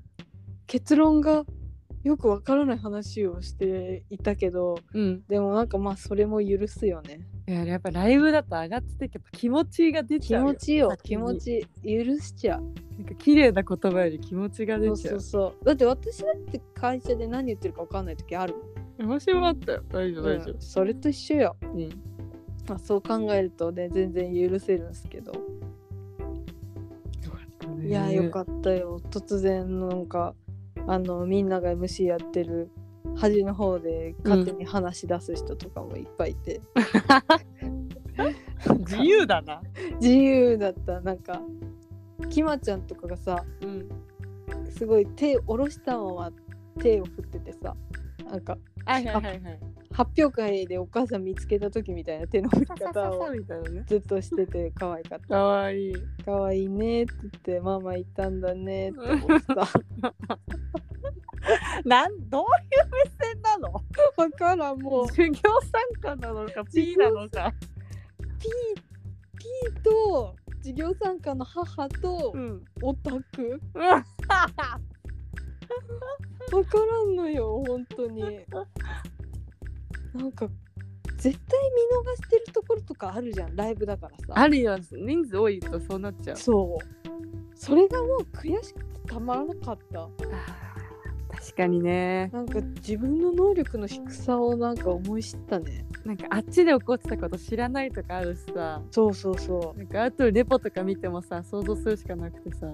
S2: 結論がよくわからない話をしていたけど
S1: うん
S2: でもなんかまあそれも許すよね
S1: いややっぱライブだと上がっててやっぱ気持ちが出ち
S2: 気
S1: ゃうよ
S2: 持ちいいよ
S1: 先
S2: 気
S1: に
S2: 持ちいい許しちゃう
S1: なんか綺麗な言葉より気持ちが出
S2: そう
S1: ちゃ
S2: そううそうだって私だって会社で何言ってるかわかんない時あるもん
S1: 私もあったよ大丈夫大丈
S2: うんそれと一緒よ
S1: 夫、うん
S2: まあ、そう考えるとね全然許せるんですけど、いやよ
S1: っ
S2: かったよ突然なんかあのみんなが MC やってる端の方で勝手に話し出す人とかもいっぱいいて、
S1: たね自由だな
S2: 自由だったなんかきまちゃんとかがさ
S1: うん
S2: すごい手を下ろしたまま手を振っててさなんか
S1: はいはいはいはい
S2: 発表会でお母さん見つけた時みたいな手の振り
S1: ささ
S2: 方を
S1: <laughs> さみたいなね
S2: ずっとしてて可愛かった。
S1: かわいい
S2: 可愛いねって言ってママいたんだねって思
S1: <laughs>
S2: ってたわ
S1: なんどういう目線なの
S2: からんもう
S1: 授業参観なのかピーなのか
S2: ピーピーと授業参加の母と
S1: ん
S2: オタク
S1: うわ
S2: 分からんのよ本当になんか絶対見逃してるところとかあるじゃんライブだからさ
S1: あるよ人数多いとそうなっちゃう
S2: そうそれがもう悔しくてたまらなかった
S1: 確かにね
S2: なんか自分の能力の低さをなんか思い知ったね
S1: なんかあっちで起こってたこと知らないとかあるしさ
S2: そうそうそ
S1: なんかあとレポとか見てもさ想像するしかなくてさ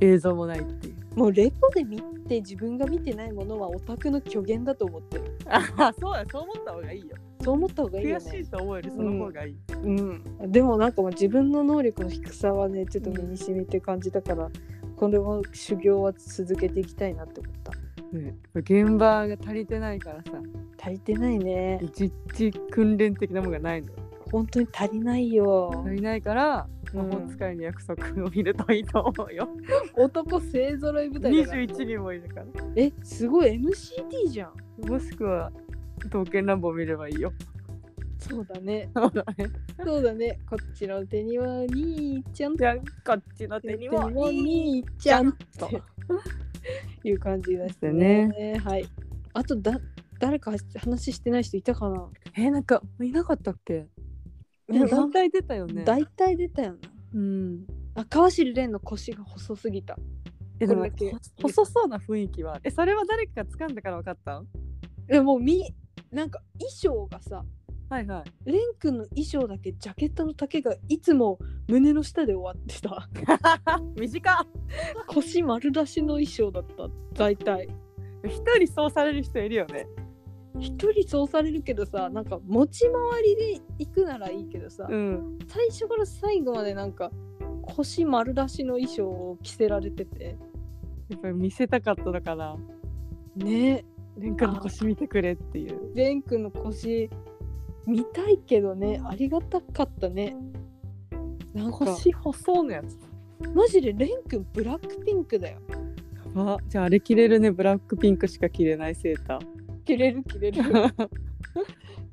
S1: 映像もないっていう
S2: うもうレポで見て自分が見てないものはオタクの虚言だと思ってる
S1: ああそうだそう思った方がいいよ
S2: そう思った方がいいよ
S1: 悔
S2: ね
S1: しいと思えるその方がいい、
S2: うん、でもなんかもう自分の能力の低さはねちょっと身に染みて感じたから、これも修行は続けていきたいなって思った
S1: ね現場が足りてないからさ
S2: 足りてないね
S1: 一日訓練的なものがないのよ
S2: 本当に足りないよ
S1: 足りないから
S2: う
S1: 魔
S2: ん
S1: 法使いの約束を見るといいと思うよ、
S2: 男勢ぞろい舞台だから
S1: 21人もいるから
S2: えすごい NCT じゃん
S1: もしくは刀剣乱暴見ればいいよ
S2: そうだね
S1: そうだね
S2: そうだねこっちの手にはにーちゃん
S1: じゃあこっちの手にも
S2: にーちゃんっ
S1: と
S2: ていう感じです
S1: で
S2: ねはいあとだ誰か話してない人いたかな
S1: えなんかいなかったっけ
S2: いや
S1: 団体出たよね
S2: 大体出たよな
S1: うん
S2: あ川尻蓮の腰が細すぎた
S1: えでも
S2: これだけ
S1: 細そうな雰囲気はあるえそれは誰かが掴んだから分かったん
S2: でもうみなんか衣装がさ
S1: はいはい
S2: 蓮くんの衣装だけジャケットの丈がいつも胸の下で終わって
S1: <laughs>
S2: た <laughs>
S1: 短っ
S2: 腰丸出しの衣装だった大体
S1: 一人そうされる人いるよね
S2: 一人そうされるけどさなんか持ち回りで行くならいいけどさ、
S1: うん
S2: 最初から最後までなんか腰丸出しの衣装を着せられてて
S1: やっぱり見せたかったのかな
S2: ね
S1: 蓮君の腰見てくれっていう
S2: 蓮くんの腰見たいけどねありがたかったねなんか
S1: 腰細のやつ
S2: マジで蓮くんブラックピンクだよ
S1: あじゃああれ着れるねブラックピンクしか着れないセーター
S2: 着れる着れる
S1: <laughs>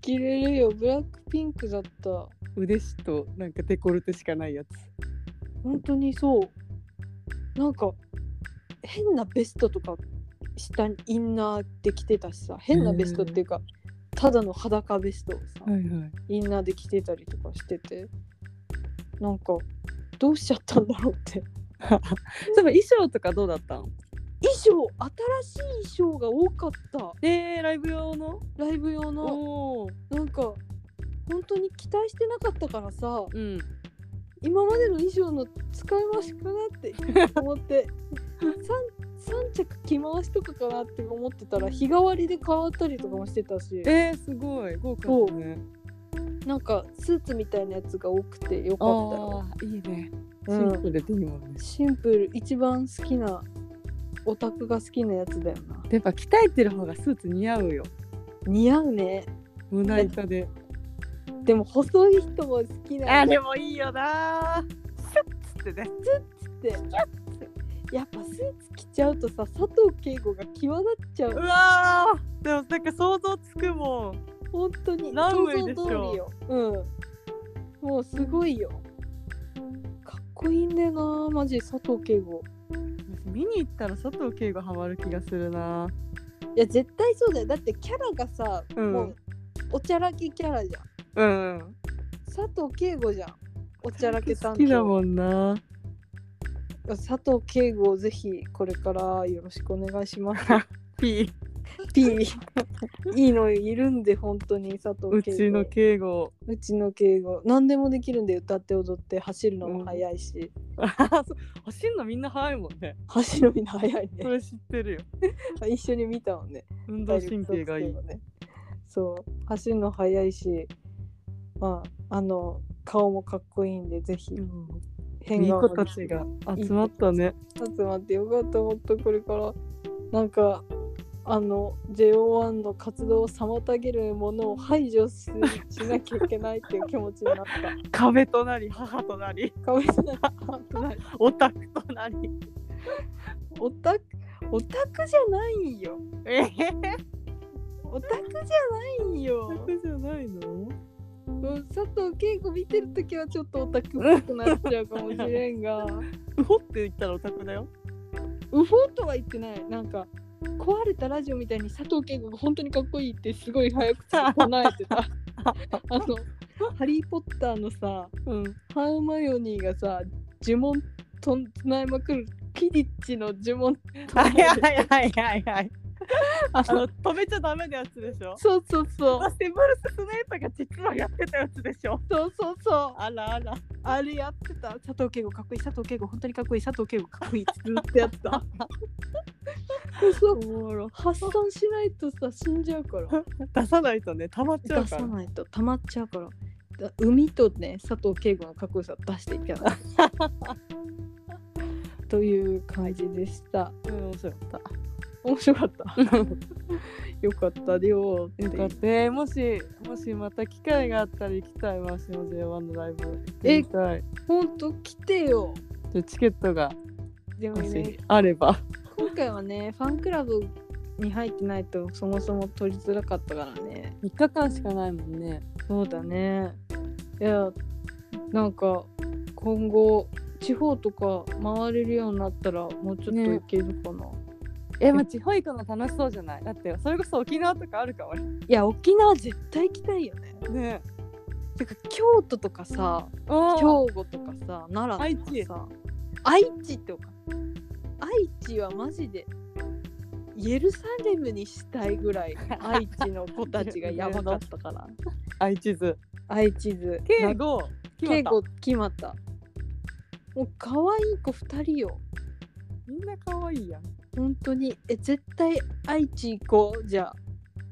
S2: 着れるよブラックピンクだった
S1: 腕しとなんかデコルテしかないやつ
S2: 本当にそうなんか変なベストとか下にインナーで着てたしさ変なベストっていうか、ただの裸ベストをさ、
S1: いはい
S2: インナーで着てたりとかしててなんかどうしちゃったんだろうって
S1: そういえば衣装とかどうだったん
S2: 衣装新しい衣装が多かった
S1: えー、ライブ用の
S2: ライブ用の
S1: おお
S2: なんか本当に期待してなかったからさ
S1: うん
S2: 今までの衣装の使い回しかなって思って 3, 着着回しとかかなって思ってたら日替わりで変わったりとかもしてたし
S1: えー、すごい豪華だね
S2: なんかスーツみたいなやつが多くてよ
S1: あ
S2: かっ
S1: ーいいねシ
S2: た
S1: ン
S2: よ、
S1: プルでいいもんね、
S2: うん、シンプル一番好きなオタクが好きなやつだよな
S1: やっぱ鍛えてる方がスーツ似合うよ
S2: 似合うね
S1: 胸板で
S2: でも細い人も好きなの
S1: もいいよなシュッつってね
S2: ってやっぱスーツ着ちゃうとさ佐藤敬吾が際立っちゃ
S1: う
S2: う
S1: わーでもなんか想像つくもん
S2: 本当に
S1: ランウェイでしょ
S2: 想像通りようんもうすごいよかっこいいんだよなマジ佐藤敬吾
S1: 見に行ったら佐藤圭がハマる気がするない
S2: や絶対そうだよだってキャラがさ、
S1: うん
S2: もうおちゃらけキャラじゃん
S1: うん
S2: 佐藤敬吾じゃんおちゃらけ担
S1: 好
S2: 当
S1: きだもんな
S2: 佐藤敬吾をぜひこれからよろしくお願いします
S1: P
S2: <laughs> P いいのいるんで本当に佐藤
S1: う
S2: 敬吾
S1: ちの敬
S3: <laughs>
S1: 語
S2: うちの敬語何でもできるんで歌って踊って走るのも速いし、
S1: あそう走んのみんな早いもんね
S2: 走るみんな速い
S1: <laughs> そ
S2: ね
S1: れ知ってるよ
S2: 一緒に見たもんね
S1: 運動神経がいい
S2: ねそう走るの速いしまああの顔もかっこいいんでぜひ
S1: うん
S2: 変
S1: いい
S2: 顔
S1: 子たちが集まったね
S2: 集まってよかったほんとこれからなんかあの JO1 の活動を妨げるものを排除すしなきゃいけないっていう気持ちにな
S1: <laughs>
S2: った
S1: 壁となり母とな
S3: <laughs>
S1: り
S2: かわいそうだなとなり
S1: オタクとなり
S2: オタクオタクじゃないよ
S1: えっ
S2: オタクじゃないよ
S1: じゃないの
S2: うん佐藤恵子見てるときはちょっとオタクっぽくなっちゃうかもしれん
S3: <laughs>
S2: が
S1: うほって言ったらオタクだ <laughs> よ
S2: ウフォーとは言ってないなんか
S3: <laughs>
S2: 壊れたラジオみたいに佐藤恵子が本当にかっこいいってすごい早口で唱えてたあの「ハリー・ポッター」のさ
S3: うん。
S2: ハーマヨニーがさ呪文とんつないまくるキリッチの呪文
S3: はいはいはいは
S1: <laughs>
S3: いはい。あの止めちゃダメなやつでしょ。
S2: そうそうそう
S3: そしてブルース・スネイプが実はやってたやつでしょ。
S2: そうそうそう
S3: あらあら。
S2: あれやってた佐藤敬吾かっこいい佐藤敬吾本当にかっこいい佐藤敬吾かっこいいずーっとやってたそう
S3: おもろ。
S2: 発散しないとさ死んじゃうから
S3: 出さないとね、溜まっちゃう
S2: 出さ
S3: から。
S2: ないと溜まっちゃうからだ海とね佐藤敬吾のかっこよさを出していかない <laughs> という感じでした
S3: うん、面白かった。
S2: 面白かったよかったでよってい
S3: よ
S2: う
S3: かった。えーもし、もしまた機会があったら行きたいわ、しの J1 のライブ。行ってみたい。
S2: ほんと来てよ
S3: じゃあチケットが
S2: でも
S3: も
S2: ね
S3: しあれば。
S2: 今回はねファンクラブに入ってないとそもそも取りづらかったからね
S3: 3日間しかないもんね。
S2: そうだねいやなんか今後地方とか回れるようになったらもうちょっと
S3: ね
S2: いけるかな、
S3: え、まあ、地方行くの楽しそうじゃないだって、それこそ沖縄とかあるかもね。
S2: いや沖縄絶対行きたいよね
S3: ね
S2: てか京都とかさ
S3: おー
S2: 兵庫とかさ奈良
S3: 愛
S2: と
S3: 知
S2: かさ愛知とか愛知はマジでイエルサレムにしたいぐらい <laughs> 愛知の子たちがやばかったから
S3: 愛知図。
S2: <laughs> 愛知図
S3: 敬語、決ま
S2: 敬
S3: った
S2: 語決まったもう可愛い子2人よ
S3: みんな可愛いやん。
S2: 本当にえ絶対愛知行こうじゃ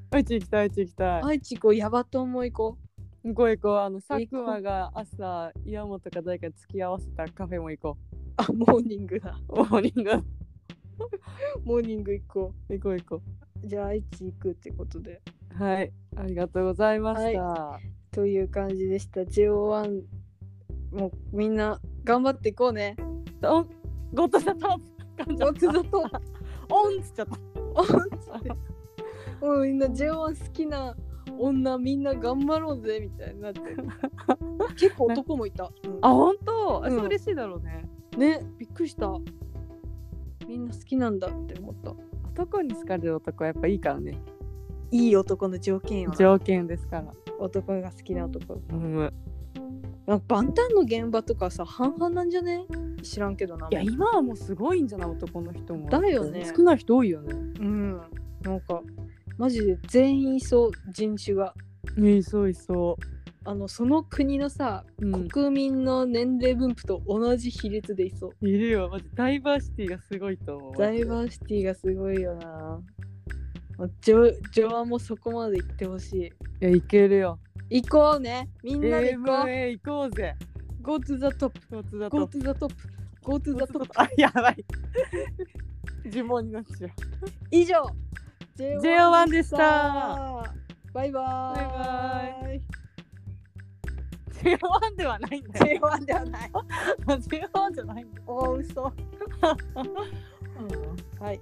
S3: 愛知行きたい、愛知行きたい
S2: あ。愛知行こうヤバと思い行こ
S3: 行こう行こう。あの、佐
S2: 行こう
S3: 久間が朝、岩本か誰かに付き合わせたカフェも行こ
S2: う <laughs> あモーニングだ
S3: う。モーニング。
S2: モーニング行こ
S3: 行こう行こ
S2: うじゃあ愛知行くってことで
S3: う。はい。ありがとうございました。
S2: という感じでした JO1 もうみんな頑張っていこうね
S3: おゴッドザトップ
S2: もくぞ <laughs> と
S3: オンっつっちゃった。
S2: もうみんな JO1 好きな女みんな頑張ろうぜみたいになって結構男もいた、
S3: <laughs> あ、本当あ、
S2: うん
S3: それ嬉しいだろうね。
S2: うんねびっくりしたみんな好きなんだって思った
S3: 男に好かれる男はやっぱいいからね。
S2: いい男の条件は
S3: 条件ですから。
S2: 男が好きな男
S3: うん。
S2: なんか万端の現場とかさ半々なんじゃね知らんけどない
S3: や、今はもうすごいんじゃない男の人も。
S2: だよね
S3: 少ない人多いよね。
S2: うんなんかマジで全員いそう人種が
S3: ね、いそういそ
S2: あのその国のさ、
S3: う。うん。
S2: 国民の年齢分布と同じ比率でいそう
S3: いるよ。マジダイバーシティがすごいと思う。
S2: ダイバーシティがすごいよなジョジョアもそこまで行ってほし
S3: いや、いけるよ。
S2: い行こうねみんなで行こう、
S3: AMA 行こうぜ。
S2: Go to the top
S3: ゴッドザ
S2: Go
S3: トップ。
S2: to the top Go to the top
S3: あ、やばい。呪文になっちゃう。
S2: 以上
S3: JO1 でした
S2: バイバーイ
S3: バイ J1 ではないんだよ。
S2: J1 ではない
S3: J1 じゃないんだよ。
S2: おうそはい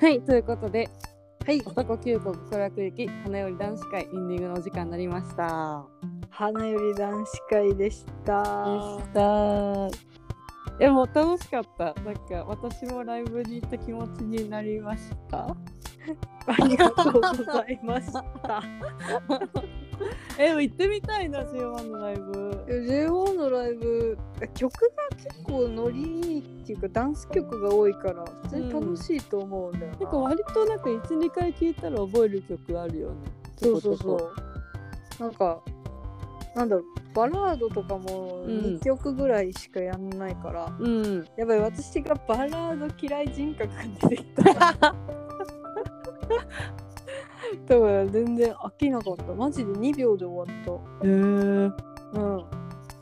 S3: はい、ということで、 <laughs>
S2: はい
S3: 男急行心楽行き、花より男子会エンディングのお時間になりました。
S2: 花より男子会でした
S3: でした。でも楽しかった。なんか私もライブに行った気持ちになりま
S2: <laughs>
S3: した。
S2: ありがとうございました。
S3: <laughs> え、でも行ってみたいな、J1 のライブ。
S2: JO のライブ曲が結構ノリいいっていうかダンス曲が多いから普通に楽しいと思うんだよな、
S3: なんか割となんか1、2回聴いたら覚える曲あるよね。
S2: そうそうそ
S3: ちょこ
S2: うなんかなんだろうバラードとかも
S3: うん
S2: 2曲ぐらいしかやんないから、
S3: ちょこ。うん。
S2: やばい私がバラード嫌い人格が出てき <laughs> ただから全然飽きなかったマジで2秒で終わっ
S3: へえ。
S2: たうん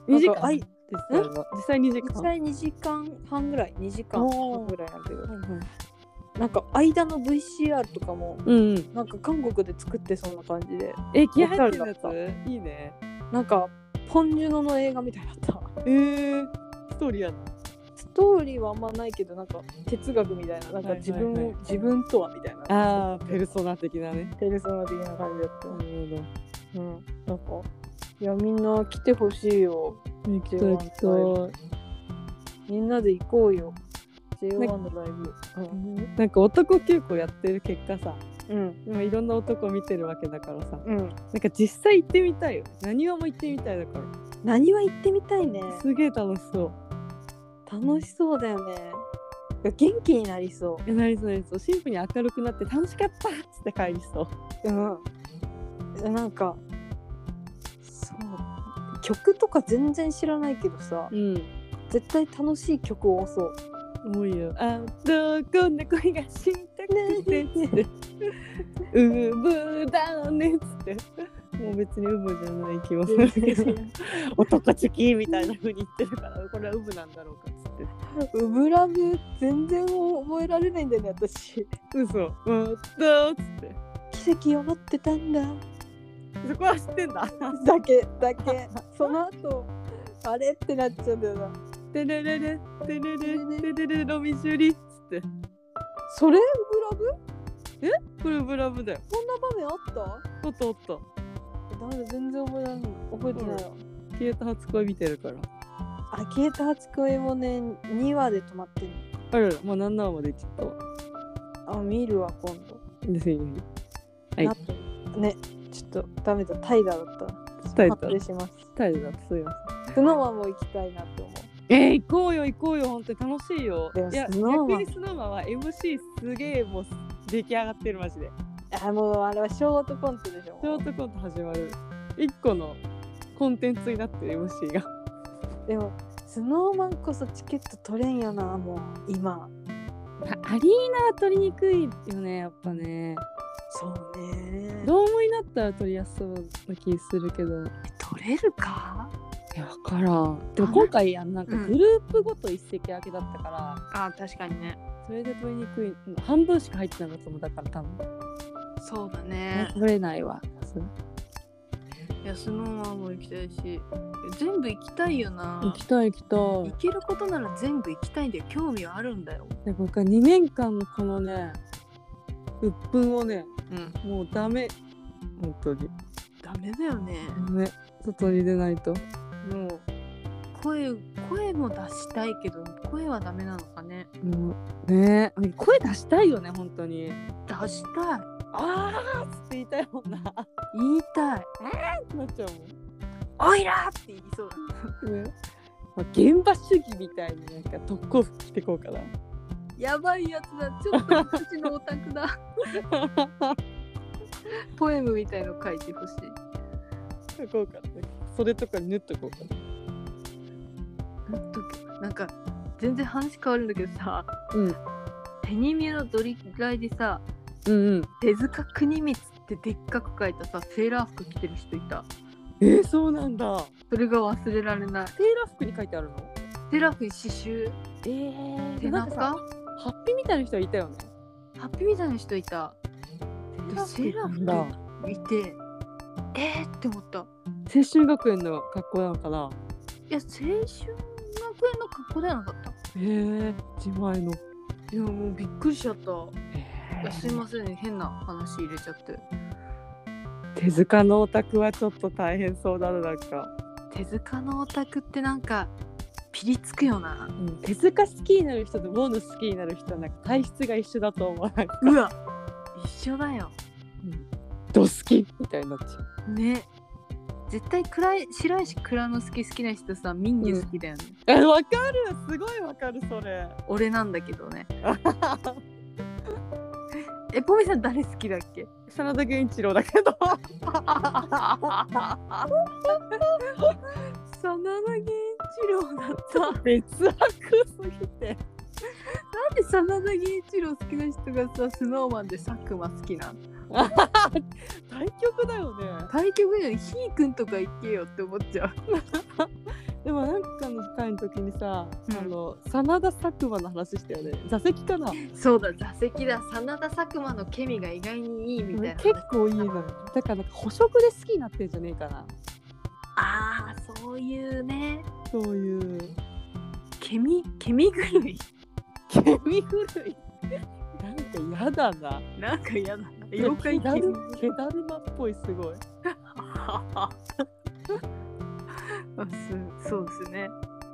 S3: 2時
S2: なんかあ
S3: 間
S2: い
S3: 実際は実際2時
S2: 実
S3: 間。
S2: 際2時間半ぐらい2時間半ぐらいなんだけど
S3: はいはい
S2: なんか間の VCR とかも
S3: うんうん。
S2: なんか韓国で作ってそうな感じで
S3: え、気合入ってる
S2: おしゃれ
S3: やついいね。
S2: なんかポン・ジュノの映画みたいだった
S3: えー、ストーリーやな。
S2: ストーリーはあんまないけどなんか哲学みたいななんか自分、
S3: はいはいはい
S2: 自分とはみたいな
S3: ああ、ペルソナ的なね。
S2: ペルソナ的な感じだった、
S3: るほど。
S2: うん、なんかいやみんな来てほしいよ
S3: 行きたい行きたい。
S2: みんなで行こうよ
S3: JO1 のライブなんか男急行やってる結果さ
S2: うん
S3: 今いろんな男見てるわけだからさ
S2: うん
S3: なんか実際行ってみたいよ何話も行ってみたいだから
S2: 何は行ってみたいね
S3: すげえ楽しそう
S2: 楽しそうだよねいや元気になりそ
S3: えなりそうなりそうシンプルに明るくなって楽しかったっつって帰りそう
S2: ううんなんかそう曲とか全然知らないけどさ
S3: うん
S2: 絶対楽しい曲多
S3: <laughs>
S2: そう
S3: 多いよあどこんな恋がしたくてつ <laughs> ってうぶだねっつってもう別にうぶじゃない気もするけど <laughs> 男チキみたいな風に言ってるからこれはうぶなんだろうかっつって
S2: ウブラブ全然覚えられないんだよね私
S3: 嘘うんだっつって
S2: 奇跡を待ってたんだ
S3: そこは知ってんだ
S2: だけだ
S3: <laughs>
S2: けその後あれってなっちゃうんだよな
S3: てれれれてれれてれれロミジュリっつって
S2: それウブラブ
S3: これブラブだよ
S2: そんな場面あった
S3: おっとおっと
S2: ダメだ全然覚えられない覚えてないわ、
S3: 消えた初恋見てるから
S2: あ消えた初恋もね2話で止まってる
S3: あららもう何話まで行っちゃったわ
S2: あ見るわ今度、
S3: ですよねはい
S2: なってるねちょっとダメだ怠惰だった
S3: タイト
S2: 発
S3: ル
S2: 表します
S3: タイトルだったすいません
S2: スノマも行きたいなと思
S3: えー、行こうよ行こうよ本当に楽しいよ
S2: でも
S3: いや逆
S2: Snowman
S3: にスノーマンは MC すげえもう出来上がってるマジで
S2: うあもうあれはショートコントでしょ
S3: ショートコント始まる一個のコンテンツになってる MC が
S2: でもスノーマンこそチケット取れんよなもう今
S3: アリーナは取りにくいよねやっぱね
S2: そうね
S3: ドームになったら取りやすそうな気するけど
S2: 取れるか
S3: いや分からんでも今回あのなんか
S1: うん
S3: グループごと一席空けだったから、
S1: あー確かにね
S3: それで取りにくい半分しか入ってなかったもんだから多分、
S1: そうだね
S3: 取れないわ
S1: いやスノーマンも行きたいし全部行きたいよな
S3: 行きたい行きたい
S1: 行けることなら全部行きたいんだよ興味はあるんだよ
S3: で僕は2年間のこのね鬱憤をね
S1: うん
S3: もうダメ本当に
S1: ダメだよね
S3: ダメ外に出ないと
S1: もう声声も出したいけど声はダメなのかね
S3: もうね声出したいよね本当に
S1: 出したい
S3: ああっつって言いたいもんな
S1: 言いたい
S3: なっちゃ
S1: おいらーって言いそうだ
S3: うもん、ねまあ、現場主義みたいになんか特攻服着てこうかな
S1: やばいやつだちょっと私のオタクだポエムみたいの書いてほしい
S3: 着こうかなそれとかに縫っとこうか
S1: なんとなんか全然話変わるんだけどさ、
S3: うん
S1: 手に見えのドリライでさ
S3: なうんうん
S1: 手塚国光ってでっかく書いたさセーラー服着てる人いた
S3: えー、そうなんだ
S1: それが忘れられない
S3: セーラー服に書いてあるの
S1: セーラー服に刺繍
S3: えー、
S1: 背
S3: でなんか
S1: 中
S3: さハッピーみたいな人いたよね
S1: ハッピーみたいな人いたでセーラー服
S3: だ
S1: いてえー、って思った
S3: 青春学園の格好なのかない
S1: や青春学園の格好ではなかった
S3: へえ自前の
S1: いやもうびっくりしちゃったい
S3: へ
S1: やすいません変な話入れちゃって
S3: 手塚のお宅はちょっと大変そうだななんか、
S1: 手塚のオタクってなんかピリつくよな
S3: うん、手塚好きになる人とウォヌ好きになる人はなんか体質が一緒だと思わない、
S1: うわ一緒だよ
S3: ド好きみたいになっちゃう
S1: ね絶対暗い白石蔵之介好きな人さ民家好きだよね、
S3: えわかるすごいわかるそれ
S1: 俺なんだけどねえポミさん誰好きだっけ
S3: 真田源一郎だけど
S1: 真田源一郎だったなん
S3: <laughs> 別悪すぎて
S1: で真田源一郎好きな人がさスノーマンで佐久間好きなの
S3: 対局だよね
S1: 対局じゃんひーくんとか行けよって思っちゃう
S3: でもなんかの会の時にさ、
S1: うん
S3: あの真田佐久間の話したよね座席かな
S1: そうだ座席だ真田佐久間のケミが意外にいいみたいな
S3: 結構いいのよだからなんか捕食で好きになってんじゃねえかな
S1: ああそういうね
S3: そういう <laughs>
S1: ケミケミ狂い
S3: ケミ古いなんか嫌だな
S1: なんか嫌だな
S3: 色
S1: 妖怪
S3: だ
S1: ケミ <laughs>
S3: る気だるまっぽいすごい
S1: あすそうですね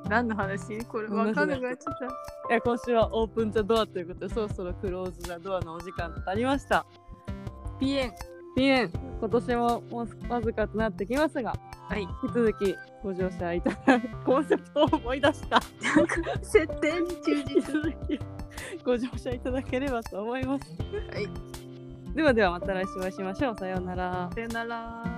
S2: 何の話これ分かんなくなっちゃった。
S3: いや今週はオープンザドアということでそろそろクローズザドアのお時間となりました
S2: ピエン。
S3: ピエン今年ももうわずかとなってきますが
S2: はい。
S3: 引き続きご乗車いただきコンセプトを思い出した
S1: <laughs>
S2: 設定に忠
S3: 引き続きご乗車いただければと思います
S2: はい
S3: ではではまた来週お会いしましょうさようなら
S2: さよなら。